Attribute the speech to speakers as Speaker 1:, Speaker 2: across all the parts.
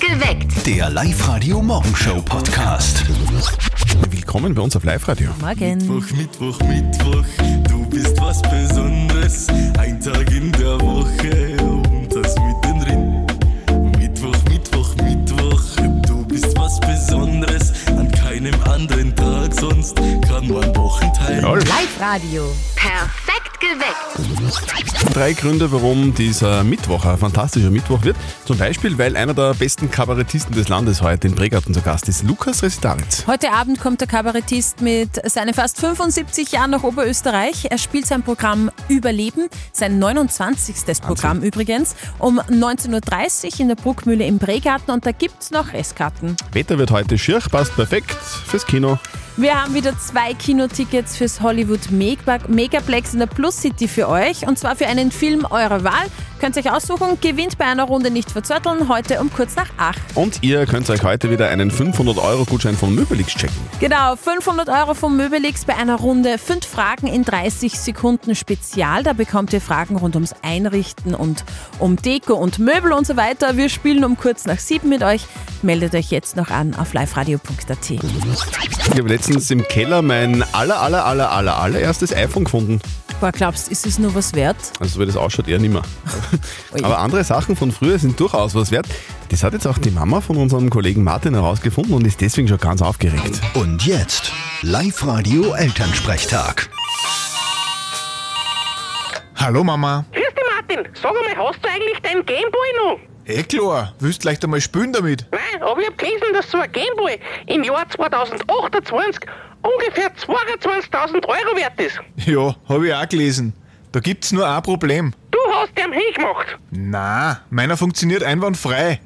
Speaker 1: Geweckt.
Speaker 2: Der Live-Radio-Morgenshow-Podcast.
Speaker 3: Willkommen bei uns auf Live-Radio.
Speaker 4: Morgen.
Speaker 5: Mittwoch, Mittwoch, Mittwoch, du bist was Besonderes. Ein Tag in der Woche und das mittendrin. Mittwoch, Mittwoch, Mittwoch, du bist was Besonderes. An keinem anderen Tag sonst kann man Wochen teilen.
Speaker 3: Jawohl.
Speaker 4: Live-Radio.
Speaker 1: Perfekt geweckt.
Speaker 3: Drei Gründe, warum dieser Mittwoch ein fantastischer Mittwoch wird. Zum Beispiel, weil einer der besten Kabarettisten des Landes heute in Bregarten zu Gast ist, Lukas Resitaritz.
Speaker 4: Heute Abend kommt der Kabarettist mit seinen fast 75 Jahren nach Oberösterreich. Er spielt sein Programm Überleben, sein 29. Programm übrigens, um 19.30 Uhr in der Bruckmühle im Bregarten und da gibt's noch Restkarten.
Speaker 3: Wetter wird heute schier, passt perfekt fürs Kino.
Speaker 4: Wir haben wieder zwei Kinotickets fürs Hollywood Mega- Megaplex in der Plus City für euch und zwar für einen Film eurer Wahl. Könnt ihr euch aussuchen, gewinnt bei einer Runde nicht verzörteln, heute um kurz nach 8.
Speaker 3: Und ihr könnt euch heute wieder einen 500-Euro-Gutschein von Möbelix checken.
Speaker 4: Genau, 500 Euro vom Möbelix bei einer Runde 5 Fragen in 30 Sekunden Spezial. Da bekommt ihr Fragen rund ums Einrichten und um Deko und Möbel und so weiter. Wir spielen um kurz nach sieben mit euch. Meldet euch jetzt noch an auf liveradio.at.
Speaker 3: Ich habe letztens im Keller mein aller, aller, aller, aller, allererstes iPhone gefunden.
Speaker 4: Boah, glaubst ist es nur was wert?
Speaker 3: Also, wie das ausschaut, eher nimmer. Aber andere Sachen von früher sind durchaus was wert. Das hat jetzt auch die Mama von unserem Kollegen Martin herausgefunden und ist deswegen schon ganz aufgeregt.
Speaker 2: Und jetzt Live-Radio-Elternsprechtag.
Speaker 6: Hallo Mama.
Speaker 7: Grüß dich, Martin. Sag einmal, hast du eigentlich dein Gameboy noch?
Speaker 6: Eh klar, willst gleich einmal spielen damit?
Speaker 7: Nein, aber ich hab gelesen, dass so ein Gameboy im Jahr 2028 ungefähr 22.000 Euro wert ist.
Speaker 6: Ja, habe ich auch gelesen. Da gibt's nur ein Problem.
Speaker 7: Du hast dem hingemacht.
Speaker 6: Na, meiner funktioniert einwandfrei.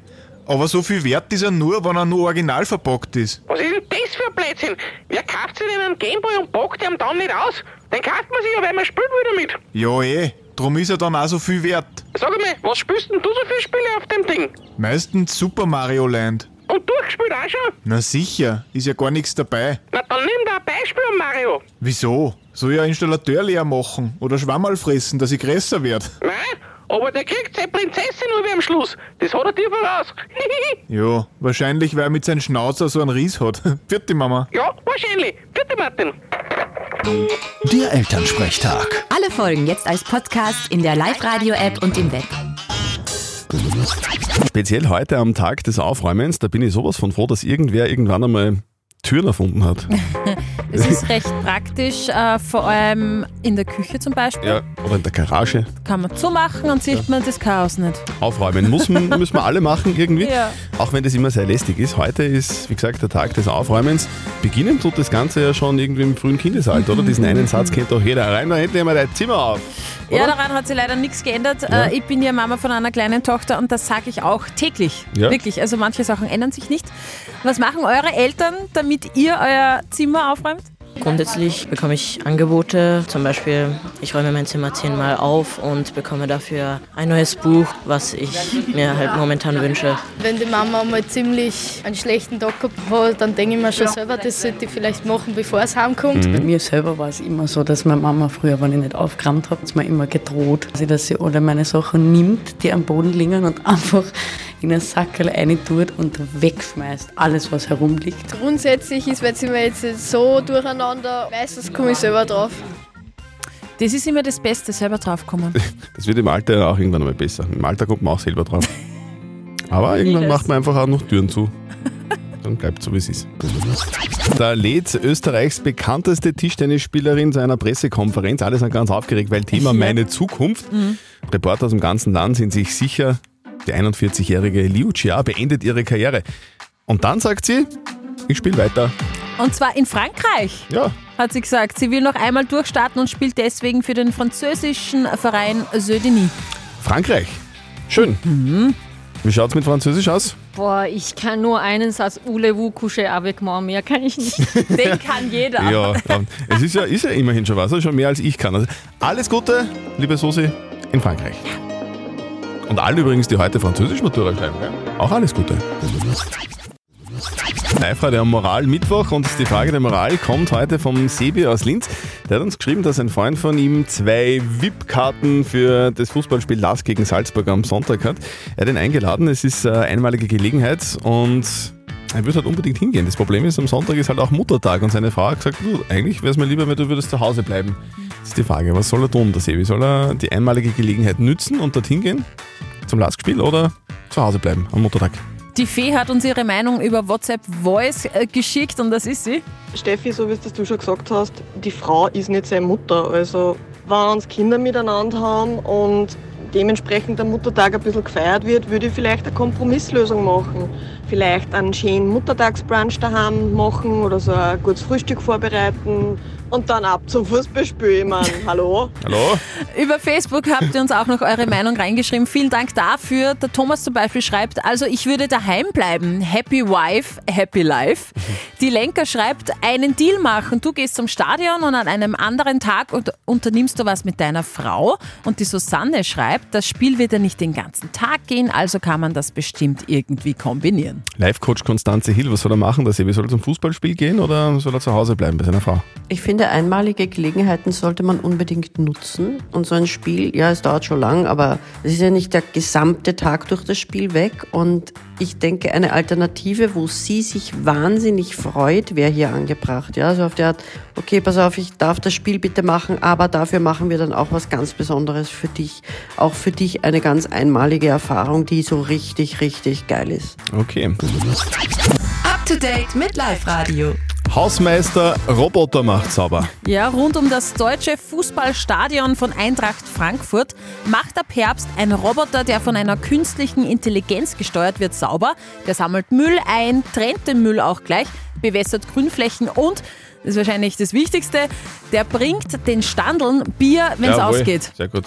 Speaker 6: Aber so viel wert ist er nur, wenn er nur original verpackt ist.
Speaker 7: Was ist denn das für ein Blödsinn? Wer kauft sich denn einen Gameboy und packt ihn dann nicht aus? Den kauft man sich ja, weil man spielt wieder mit.
Speaker 6: Ja eh, drum ist er dann auch so viel wert.
Speaker 7: Sag einmal, was spielst denn du so viele Spiele auf dem Ding?
Speaker 6: Meistens Super Mario Land.
Speaker 7: Und durchgespielt auch schon?
Speaker 6: Na sicher, ist ja gar nichts dabei.
Speaker 7: Na, dann nimm da ein Beispiel an Mario.
Speaker 6: Wieso? Soll ja Installateur leer machen oder Schwammerl fressen, dass ich größer werd.
Speaker 7: Nein, aber der kriegt seine Prinzessin nur wie am Schluss. Das hat er dir voraus.
Speaker 6: Ja, wahrscheinlich, weil er mit seinem Schnauzer so einen Ries hat. Vierte Mama.
Speaker 7: ja, wahrscheinlich. Bitte, Martin.
Speaker 2: Der Elternsprechtag.
Speaker 8: Alle Folgen jetzt als Podcast in der Live-Radio-App und im Web.
Speaker 3: Speziell heute am Tag des Aufräumens, da bin ich sowas von froh, dass irgendwer irgendwann einmal Türen erfunden hat.
Speaker 4: Es ist recht praktisch, äh, vor allem in der Küche zum Beispiel.
Speaker 3: Ja, oder in der Garage.
Speaker 4: Kann man zumachen und sieht man das Chaos nicht.
Speaker 3: Aufräumen muss, man- müssen wir alle machen irgendwie.
Speaker 4: Ja.
Speaker 3: Auch wenn das immer sehr lästig ist. Heute ist, wie gesagt, der Tag des Aufräumens. Beginnen tut das Ganze ja schon irgendwie im frühen Kindesalter, oder? Diesen einen Satz kennt doch jeder. Rein, da endlich mal dein Zimmer auf.
Speaker 4: Ja, daran hat sich leider nichts geändert. Äh, ich bin ja Mama von einer kleinen Tochter und das sage ich auch täglich.
Speaker 3: Ja.
Speaker 4: Wirklich. Also manche Sachen ändern sich nicht. Was machen eure Eltern, damit ihr euer Zimmer aufräumt?
Speaker 9: Grundsätzlich bekomme ich Angebote, zum Beispiel ich räume mein Zimmer zehnmal auf und bekomme dafür ein neues Buch, was ich mir halt momentan wünsche.
Speaker 10: Wenn die Mama mal ziemlich einen schlechten Tag gehabt hat, dann denke ich mir schon selber, das sollte ich vielleicht machen, bevor es heimkommt.
Speaker 11: Bei mir selber war es immer so, dass meine Mama früher, wenn ich nicht aufgeräumt habe, hat mir immer gedroht, also dass sie alle meine Sachen nimmt, die am Boden liegen und einfach in einen Sackerl reintut und wegschmeißt. Alles, was herumliegt.
Speaker 10: Grundsätzlich ist mein Zimmer jetzt nicht so durcheinander. Meistens komme ich selber drauf.
Speaker 4: Das ist immer das Beste, selber draufkommen.
Speaker 3: Das wird im Alter auch irgendwann einmal besser. Im Alter kommt man auch selber drauf. Aber irgendwann macht man einfach auch noch Türen zu. Dann bleibt so, wie es ist. Da lädt Österreichs bekannteste Tischtennisspielerin zu einer Pressekonferenz. Alle sind ganz aufgeregt, weil Thema meine Zukunft. Reporter aus dem ganzen Land sind sich sicher, die 41-jährige Liu Jia beendet ihre Karriere. Und dann sagt sie, ich spiele weiter.
Speaker 4: Und zwar in Frankreich,
Speaker 3: Ja,
Speaker 4: hat sie gesagt. Sie will noch einmal durchstarten und spielt deswegen für den französischen Verein Södeni.
Speaker 3: Frankreich. Schön. Wie schaut's mit Französisch aus?
Speaker 10: Boah, ich kann nur einen Satz Ulewu Kusche avec moi, mehr kann ich nicht.
Speaker 4: Den kann jeder.
Speaker 3: Ja, ähm, es ist ja, ist ja immerhin schon was, also schon mehr als ich kann. Also alles Gute, liebe Susi, in Frankreich. Und alle übrigens, die heute Französisch Matura schreiben, gell? auch alles Gute. Live-Radio am Moral Mittwoch und die Frage der Moral kommt heute vom Sebi aus Linz. Der hat uns geschrieben, dass ein Freund von ihm zwei VIP-Karten für das Fußballspiel Lars gegen Salzburg am Sonntag hat. Er hat ihn eingeladen, es ist eine einmalige Gelegenheit und er würde halt unbedingt hingehen. Das Problem ist, am Sonntag ist halt auch Muttertag und seine Frau hat gesagt, du, eigentlich wäre es mir lieber, wenn du würdest zu Hause bleiben. Das ist die Frage, was soll er tun, der Sebi? Soll er die einmalige Gelegenheit nützen und dorthin gehen zum Lastspiel oder zu Hause bleiben am Muttertag?
Speaker 4: Die Fee hat uns ihre Meinung über WhatsApp Voice äh, geschickt und das ist sie.
Speaker 12: Steffi, so wie es das du schon gesagt hast, die Frau ist nicht seine Mutter. Also, wenn uns Kinder miteinander haben und dementsprechend der Muttertag ein bisschen gefeiert wird, würde ich vielleicht eine Kompromisslösung machen. Vielleicht einen schönen Muttertagsbrunch daheim machen oder so ein gutes Frühstück vorbereiten und dann ab zum Fußballspiel. Ich meine, hallo?
Speaker 3: Hallo?
Speaker 4: Über Facebook habt ihr uns auch noch eure Meinung reingeschrieben. Vielen Dank dafür. Der Thomas zum Beispiel schreibt, also ich würde daheim bleiben. Happy Wife, Happy Life. Die Lenker schreibt, einen Deal machen. Du gehst zum Stadion und an einem anderen Tag und unternimmst du was mit deiner Frau. Und die Susanne schreibt, das Spiel wird ja nicht den ganzen Tag gehen, also kann man das bestimmt irgendwie kombinieren.
Speaker 3: Live-Coach Konstanze Hill, was soll er machen? Das soll er zum Fußballspiel gehen oder soll er zu Hause bleiben bei seiner Frau?
Speaker 11: Ich finde, finde, einmalige Gelegenheiten sollte man unbedingt nutzen. Und so ein Spiel, ja, es dauert schon lang, aber es ist ja nicht der gesamte Tag durch das Spiel weg. Und ich denke, eine Alternative, wo sie sich wahnsinnig freut, wäre hier angebracht. Ja, so auf die Art, okay, pass auf, ich darf das Spiel bitte machen, aber dafür machen wir dann auch was ganz Besonderes für dich. Auch für dich eine ganz einmalige Erfahrung, die so richtig, richtig geil ist.
Speaker 3: Okay.
Speaker 8: Up to date mit Live Radio.
Speaker 3: Hausmeister Roboter macht sauber.
Speaker 4: Ja, rund um das deutsche Fußballstadion von Eintracht Frankfurt macht ab Herbst ein Roboter, der von einer künstlichen Intelligenz gesteuert wird, sauber. Der sammelt Müll ein, trennt den Müll auch gleich, bewässert Grünflächen und das ist wahrscheinlich das Wichtigste. Der bringt den Standeln Bier, wenn es ausgeht.
Speaker 3: Sehr gut.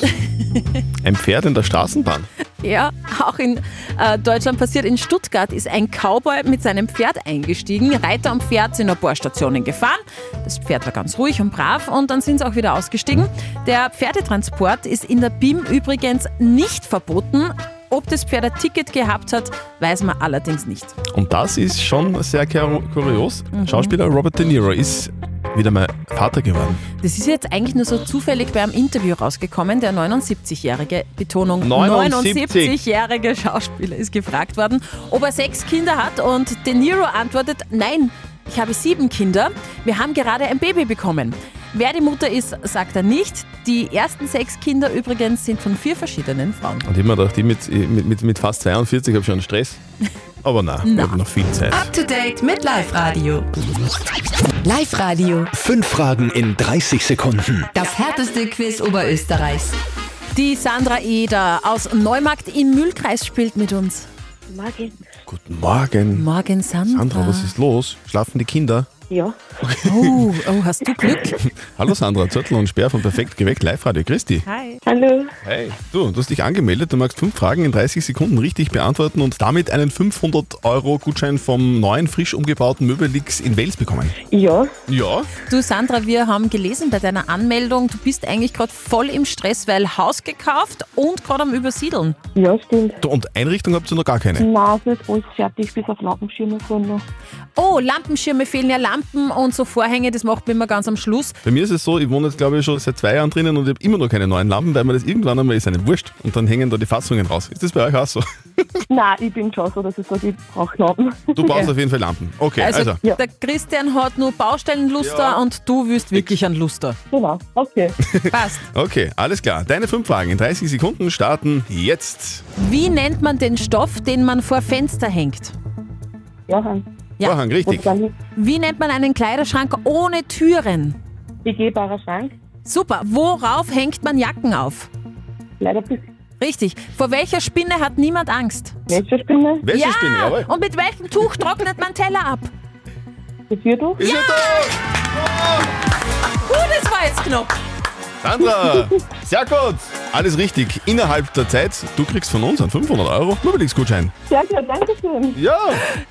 Speaker 3: Ein Pferd in der Straßenbahn.
Speaker 4: Ja, auch in äh, Deutschland passiert. In Stuttgart ist ein Cowboy mit seinem Pferd eingestiegen. Reiter und Pferd sind ein paar Stationen gefahren. Das Pferd war ganz ruhig und brav und dann sind sie auch wieder ausgestiegen. Der Pferdetransport ist in der BIM übrigens nicht verboten. Ob das Pferd ein Ticket gehabt hat, weiß man allerdings nicht.
Speaker 3: Und das ist schon sehr kurios. Mhm. Schauspieler Robert De Niro ist wieder mal Vater geworden.
Speaker 4: Das ist jetzt eigentlich nur so zufällig beim Interview rausgekommen. Der 79-jährige, Betonung
Speaker 3: 79.
Speaker 4: 79-jährige Schauspieler ist gefragt worden, ob er sechs Kinder hat und De Niro antwortet, nein, ich habe sieben Kinder. Wir haben gerade ein Baby bekommen. Wer die Mutter ist, sagt er nicht. Die ersten sechs Kinder übrigens sind von vier verschiedenen Frauen.
Speaker 3: Und immer dachte die mit, mit, mit fast 42 habe ich schon Stress. Aber nein, wir haben noch viel Zeit.
Speaker 8: Up to date mit Live Radio. Live Radio.
Speaker 2: Fünf Fragen in 30 Sekunden.
Speaker 8: Das härteste Quiz Oberösterreichs.
Speaker 4: Die Sandra Eder aus Neumarkt im Mühlkreis spielt mit uns.
Speaker 7: Morgen.
Speaker 3: Guten Morgen.
Speaker 4: Morgen, Sandra.
Speaker 3: Sandra, was ist los? Schlafen die Kinder?
Speaker 7: Ja.
Speaker 4: Oh, oh, hast du Glück?
Speaker 3: Hallo Sandra, Zürtel und Speer von Perfekt geweckt, Live-Radio. Christi.
Speaker 7: Hi. Hallo.
Speaker 3: Hey, du, du hast dich angemeldet, du magst fünf Fragen in 30 Sekunden richtig beantworten und damit einen 500-Euro-Gutschein vom neuen, frisch umgebauten Möbelix in Wales bekommen.
Speaker 7: Ja.
Speaker 3: Ja.
Speaker 4: Du Sandra, wir haben gelesen bei deiner Anmeldung, du bist eigentlich gerade voll im Stress, weil Haus gekauft und gerade am Übersiedeln.
Speaker 7: Ja, stimmt.
Speaker 3: Du, und Einrichtung habt ihr noch gar keine?
Speaker 7: Nein, es ist alles fertig, bis auf Lampenschirme fehlen noch.
Speaker 4: Oh, Lampenschirme fehlen ja Lampen und so Vorhänge, das macht man immer ganz am Schluss.
Speaker 3: Bei mir ist es so, ich wohne jetzt glaube ich schon seit zwei Jahren drinnen und ich habe immer noch keine neuen Lampen, weil mir das irgendwann einmal ist eine Wurst und dann hängen da die Fassungen raus. Ist das bei euch auch so?
Speaker 7: Nein, ich bin schon so, dass ich sage, ich brauche Lampen.
Speaker 3: Du brauchst ja. auf jeden Fall Lampen. Okay, also. also.
Speaker 4: Ja. Der Christian hat nur Baustellenluster ja. und du willst wirklich einen Luster.
Speaker 7: Genau, okay.
Speaker 4: Passt.
Speaker 3: Okay, alles klar. Deine fünf Fragen in 30 Sekunden starten jetzt.
Speaker 4: Wie nennt man den Stoff, den man vor Fenster hängt?
Speaker 7: Johann.
Speaker 3: Ja. Vorhang, richtig.
Speaker 4: Wie nennt man einen Kleiderschrank ohne Türen?
Speaker 7: Begehbarer Schrank.
Speaker 4: Super. Worauf hängt man Jacken auf?
Speaker 7: Kleiderbügel.
Speaker 4: Richtig. Vor welcher Spinne hat niemand Angst?
Speaker 7: Wäschespinne.
Speaker 3: Wäschespinne,
Speaker 4: ja.
Speaker 3: jawohl.
Speaker 4: Und mit welchem Tuch trocknet man Teller ab?
Speaker 7: Gefiertuch.
Speaker 3: Ist
Speaker 4: ja!
Speaker 3: er da?
Speaker 4: Oh! Uh, das war jetzt knapp.
Speaker 3: Sandra, sehr gut. Alles richtig. Innerhalb der Zeit, du kriegst von uns einen 500 Euro Mobilix-Gutschein.
Speaker 7: Sehr gut, danke schön.
Speaker 3: Ja.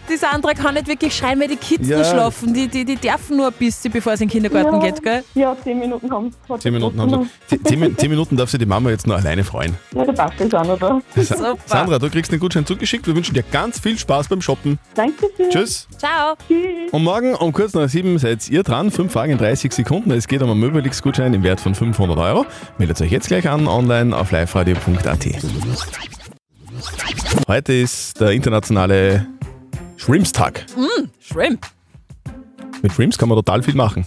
Speaker 4: Die Sandra kann nicht wirklich schreien, weil die Kids
Speaker 3: Ja.
Speaker 4: noch schlafen. Die, die, die dürfen nur ein bisschen, bevor es in den Kindergarten
Speaker 7: ja,
Speaker 4: geht, gell?
Speaker 7: Ja, zehn Minuten haben sie.
Speaker 3: Zehn Minuten haben sie. Ze- Zehn, Min- zehn Minuten darf sich die Mama jetzt nur alleine freuen.
Speaker 7: Ja, der Papa ist auch noch da.
Speaker 3: Sa- Sandra, du kriegst den Gutschein zugeschickt. Wir wünschen dir ganz viel Spaß beim Shoppen.
Speaker 7: Dankeschön.
Speaker 3: Tschüss.
Speaker 4: Ciao.
Speaker 7: Tschüss.
Speaker 3: Und morgen um kurz nach sieben seid ihr dran. Fünf Fragen in 30 Sekunden. Es geht um einen Möbelix-Gutschein im Wert von 500 Euro. Meldet euch jetzt gleich an, online auf liveradio.at. Heute ist der internationale Shrimpstag.
Speaker 4: Mm, Shrimp.
Speaker 3: Mit Shrimps kann man total viel machen.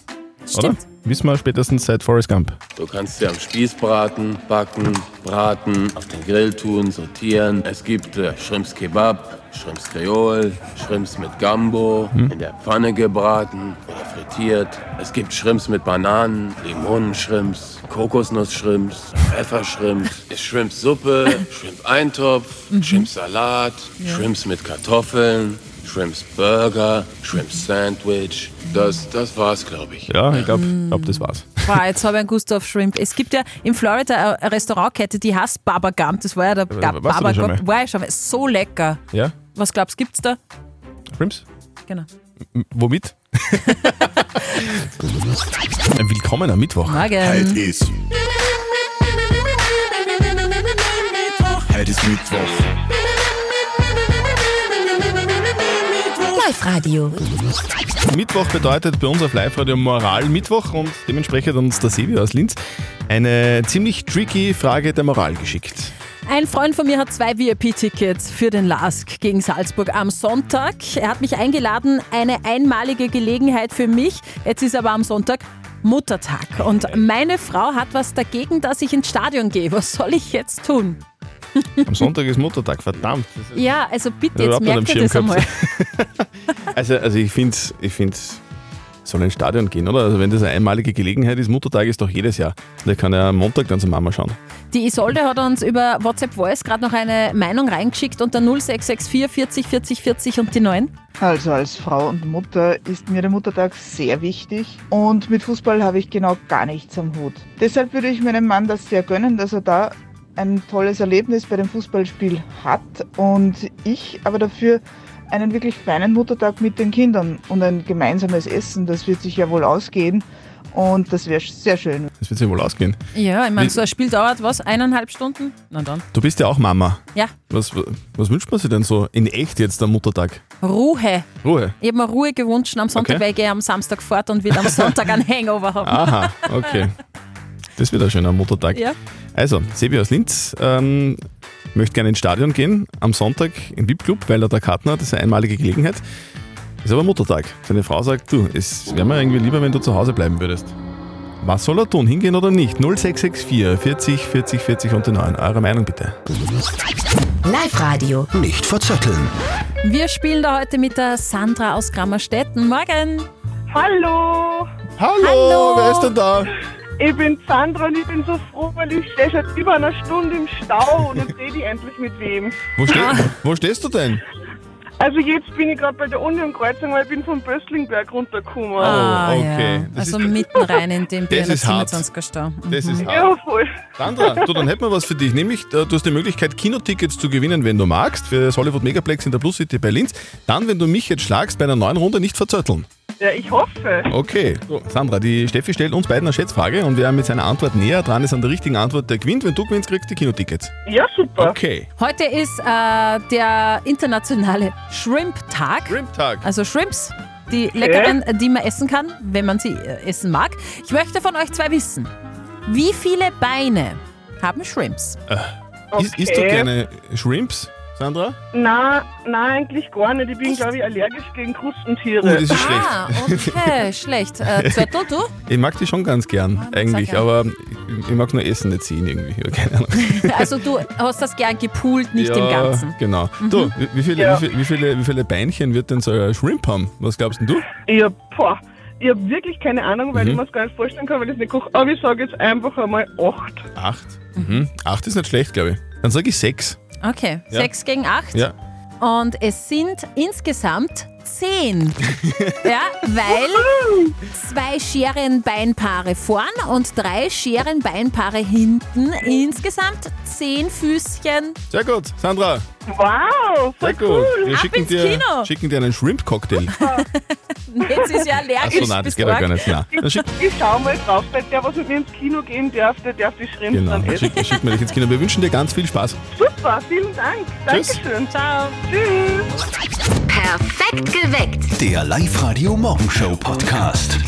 Speaker 3: Oder? Wissen wir spätestens seit Forrest Gump.
Speaker 10: Du kannst sie am Spieß braten, backen, braten, auf den Grill tun, sortieren. Es gibt äh, Shrimps Kebab, Shrimps Creole, Shrimps mit Gambo, in der Pfanne gebraten oder frittiert. Es gibt Shrimps mit Bananen, Limonenshrimps, Kokosnussshrimps, Pfeffershrimps, Shrimpsuppe, Shrimp-Eintopf, Shrimpsalat, Shrimps mit Kartoffeln, Shrimps Burger, Shrimps Sandwich. Das, das war's, glaube ich.
Speaker 3: Ja, ich glaube, glaub, das war's.
Speaker 4: Wow, jetzt habe ich einen Gustav Shrimp. Es gibt ja in Florida eine Restaurantkette, die heißt Baba Gump. Das war ja der
Speaker 3: Äh, Warst
Speaker 4: der
Speaker 3: du da
Speaker 4: Baba
Speaker 3: schon
Speaker 4: Gump.
Speaker 3: mal?
Speaker 4: War ich schon mal. So lecker.
Speaker 3: Ja?
Speaker 4: Was glaubst du, gibt's da?
Speaker 3: Shrimps?
Speaker 4: Genau.
Speaker 3: M womit? Ein Willkommen am Mittwoch.
Speaker 4: Morgen. Heute
Speaker 3: ist.
Speaker 5: Heute ist Mittwoch.
Speaker 8: Live Radio.
Speaker 3: Mittwoch bedeutet bei uns auf Live-Radio Moral Mittwoch und dementsprechend hat uns der Sebi aus Linz eine ziemlich tricky Frage der Moral geschickt.
Speaker 4: Ein Freund von mir hat zwei VIP-Tickets für den LASK gegen Salzburg am Sonntag. Er hat mich eingeladen, eine einmalige Gelegenheit für mich. Jetzt ist aber am Sonntag Muttertag. Und meine Frau hat was dagegen, dass ich ins Stadion gehe. Was soll ich jetzt tun?
Speaker 3: Am Sonntag ist Muttertag, verdammt. Das ist-
Speaker 4: Ja, also bitte,
Speaker 3: Ja,
Speaker 4: jetzt
Speaker 3: überhaupt nicht am
Speaker 4: merkt ihr
Speaker 3: Schirm
Speaker 4: das einmal.
Speaker 3: gehabt. Also, also ich finde, ich find's, soll ins Stadion gehen, oder? Also wenn das eine einmalige Gelegenheit ist, Muttertag ist doch jedes Jahr. Da kann er am Montag dann zur Mama schauen.
Speaker 4: Die Isolde hat uns über WhatsApp Voice gerade noch eine Meinung reingeschickt unter 0664 40 40 40 und die 9.
Speaker 13: Also als Frau und Mutter ist mir der Muttertag sehr wichtig und mit Fußball habe ich genau gar nichts am Hut. Deshalb würde ich meinem Mann das sehr gönnen, dass er da ein tolles Erlebnis bei dem Fußballspiel hat und ich aber dafür einen wirklich feinen Muttertag mit den Kindern und ein gemeinsames Essen, das wird sich ja wohl ausgehen und das wäre sehr schön.
Speaker 3: Das wird sich wohl ausgehen.
Speaker 4: Ja, ich meine,
Speaker 3: Wie-
Speaker 4: so ein Spiel dauert was? Eineinhalb Stunden? Na dann.
Speaker 3: Du bist ja auch Mama.
Speaker 4: Ja,
Speaker 3: Was, was wünscht man sich denn so in echt jetzt am Muttertag?
Speaker 4: Ruhe.
Speaker 3: Ruhe.
Speaker 4: Ich habe mir Ruhe gewünscht am
Speaker 3: Okay.
Speaker 4: Sonntag,
Speaker 3: Ah.
Speaker 4: weil ich gehe am Samstag fort und will am Sonntag einen Hangover haben.
Speaker 3: Aha, okay. Das wird ein schöner Muttertag.
Speaker 4: Ja.
Speaker 3: Also, Sebi aus Linz ähm, möchte gerne ins Stadion gehen am Sonntag im VIP-Club, weil er da Karten hat. Das ist eine einmalige Gelegenheit. Ist aber Muttertag. Seine Frau sagt, du, es wäre mir irgendwie lieber, wenn du zu Hause bleiben würdest. Was soll er tun? Hingehen oder nicht? 0664 40 40 40 und die 9. Eure Meinung bitte.
Speaker 8: Live Radio.
Speaker 2: Nicht verzetteln.
Speaker 4: Wir spielen da heute mit der Sandra aus Grammerstetten. Morgen!
Speaker 7: Hallo!
Speaker 3: Hallo,
Speaker 7: wer ist
Speaker 3: Oh, denn da?
Speaker 7: Ich bin Sandra und ich bin so froh, weil ich stehe schon über einer Stunde im Stau und jetzt sehe ich endlich mit wem.
Speaker 3: Wo, ste wo stehst du denn?
Speaker 7: Also jetzt bin ich gerade bei der Union-Kreuzung, weil ich bin vom Böstlingberg runtergekommen.
Speaker 3: Ah, okay. ja. Das
Speaker 4: Also mitten rein in den
Speaker 3: Das ist hart.
Speaker 4: 427er Stau. Mhm.
Speaker 3: Das ist hart.
Speaker 7: Ja, voll.
Speaker 3: Sandra, du, dann hätten wir was für dich. Nämlich, äh, du hast die Möglichkeit, Kinotickets zu gewinnen, wenn du magst, für das Hollywood Megaplex in der Plus City bei Linz. Dann, wenn du mich jetzt schlagst, bei einer neuen Runde nicht verzötteln.
Speaker 7: Ja, ich hoffe.
Speaker 3: Okay, so, Sandra, die Steffi stellt uns beiden eine Schätzfrage und wer mit seiner Antwort näher dran ist an der richtigen Antwort, der gewinnt. Wenn du gewinnst, kriegst du die Kinotickets.
Speaker 7: Ja, super.
Speaker 3: Okay.
Speaker 4: Heute ist äh, der internationale Shrimp-Tag.
Speaker 3: Shrimp-Tag.
Speaker 4: Also Shrimps, die leckeren, äh, die man essen kann, wenn man sie äh, essen mag. Ich möchte von euch zwei wissen, wie viele Beine haben Shrimps?
Speaker 3: Äh,
Speaker 4: Ah,
Speaker 3: isst, isst du
Speaker 7: Okay.
Speaker 3: gerne Shrimps, Sandra?
Speaker 7: Nein, nein, eigentlich gar nicht. Ich bin, glaube ich, allergisch gegen Krustentiere.
Speaker 3: Oh, das ist
Speaker 4: Ah, okay, schlecht. Äh, Zöttl, du?
Speaker 3: Ich mag die schon ganz
Speaker 4: Ah,
Speaker 3: gern, eigentlich,
Speaker 4: ja.
Speaker 3: aber ich, ich mag nur Essen nicht ziehen irgendwie. Ja, Keine Ahnung.
Speaker 4: Also du hast das gern gepoolt, nicht im Ganzen.
Speaker 3: Genau.
Speaker 4: Mhm.
Speaker 3: Du, wie- wie viele,
Speaker 4: Ja.
Speaker 3: wie, viele, wie, viele, wie viele Beinchen wird denn so ein Shrimp haben? Was glaubst denn du?
Speaker 7: Ich hab, boah, ich hab wirklich keine Ahnung, weil
Speaker 3: Mhm.
Speaker 7: ich mir das gar nicht vorstellen kann, weil ich es nicht koche. Aber ich sage jetzt einfach einmal 8.
Speaker 3: Acht. Mhm. Acht ist nicht schlecht, glaube ich. Dann sage ich sechs.
Speaker 4: Okay,
Speaker 3: Ja.
Speaker 4: sechs gegen acht.
Speaker 3: Ja.
Speaker 4: Und es sind insgesamt 10. ja, weil zwei Scherenbeinpaare vorn und drei Scherenbeinpaare hinten. Insgesamt 10 Füßchen.
Speaker 3: Sehr gut, Sandra.
Speaker 7: Wow,
Speaker 3: Sehr
Speaker 7: voll
Speaker 3: gut.
Speaker 7: cool.
Speaker 3: Wir schicken dir, schicken dir einen Shrimp-Cocktail.
Speaker 4: Jetzt ist ja
Speaker 3: Achso,
Speaker 4: allergisch.
Speaker 3: nein, das
Speaker 4: bis
Speaker 3: geht ja gar
Speaker 4: morgen.
Speaker 3: nicht. Nein. Dann schick,
Speaker 7: Ich schau mal drauf, weil der, was mit mir ins Kino gehen darf, der darf die Schrimps
Speaker 3: genau,
Speaker 7: dann
Speaker 3: dann
Speaker 7: essen.
Speaker 3: schick, schick mir dich ins Kino. Wir wünschen dir ganz viel Spaß.
Speaker 7: Super, vielen Dank.
Speaker 3: Tschüss.
Speaker 7: Dankeschön. Ciao. Tschüss.
Speaker 1: Perfekt geweckt.
Speaker 2: Der Live-Radio Morgenshow Podcast.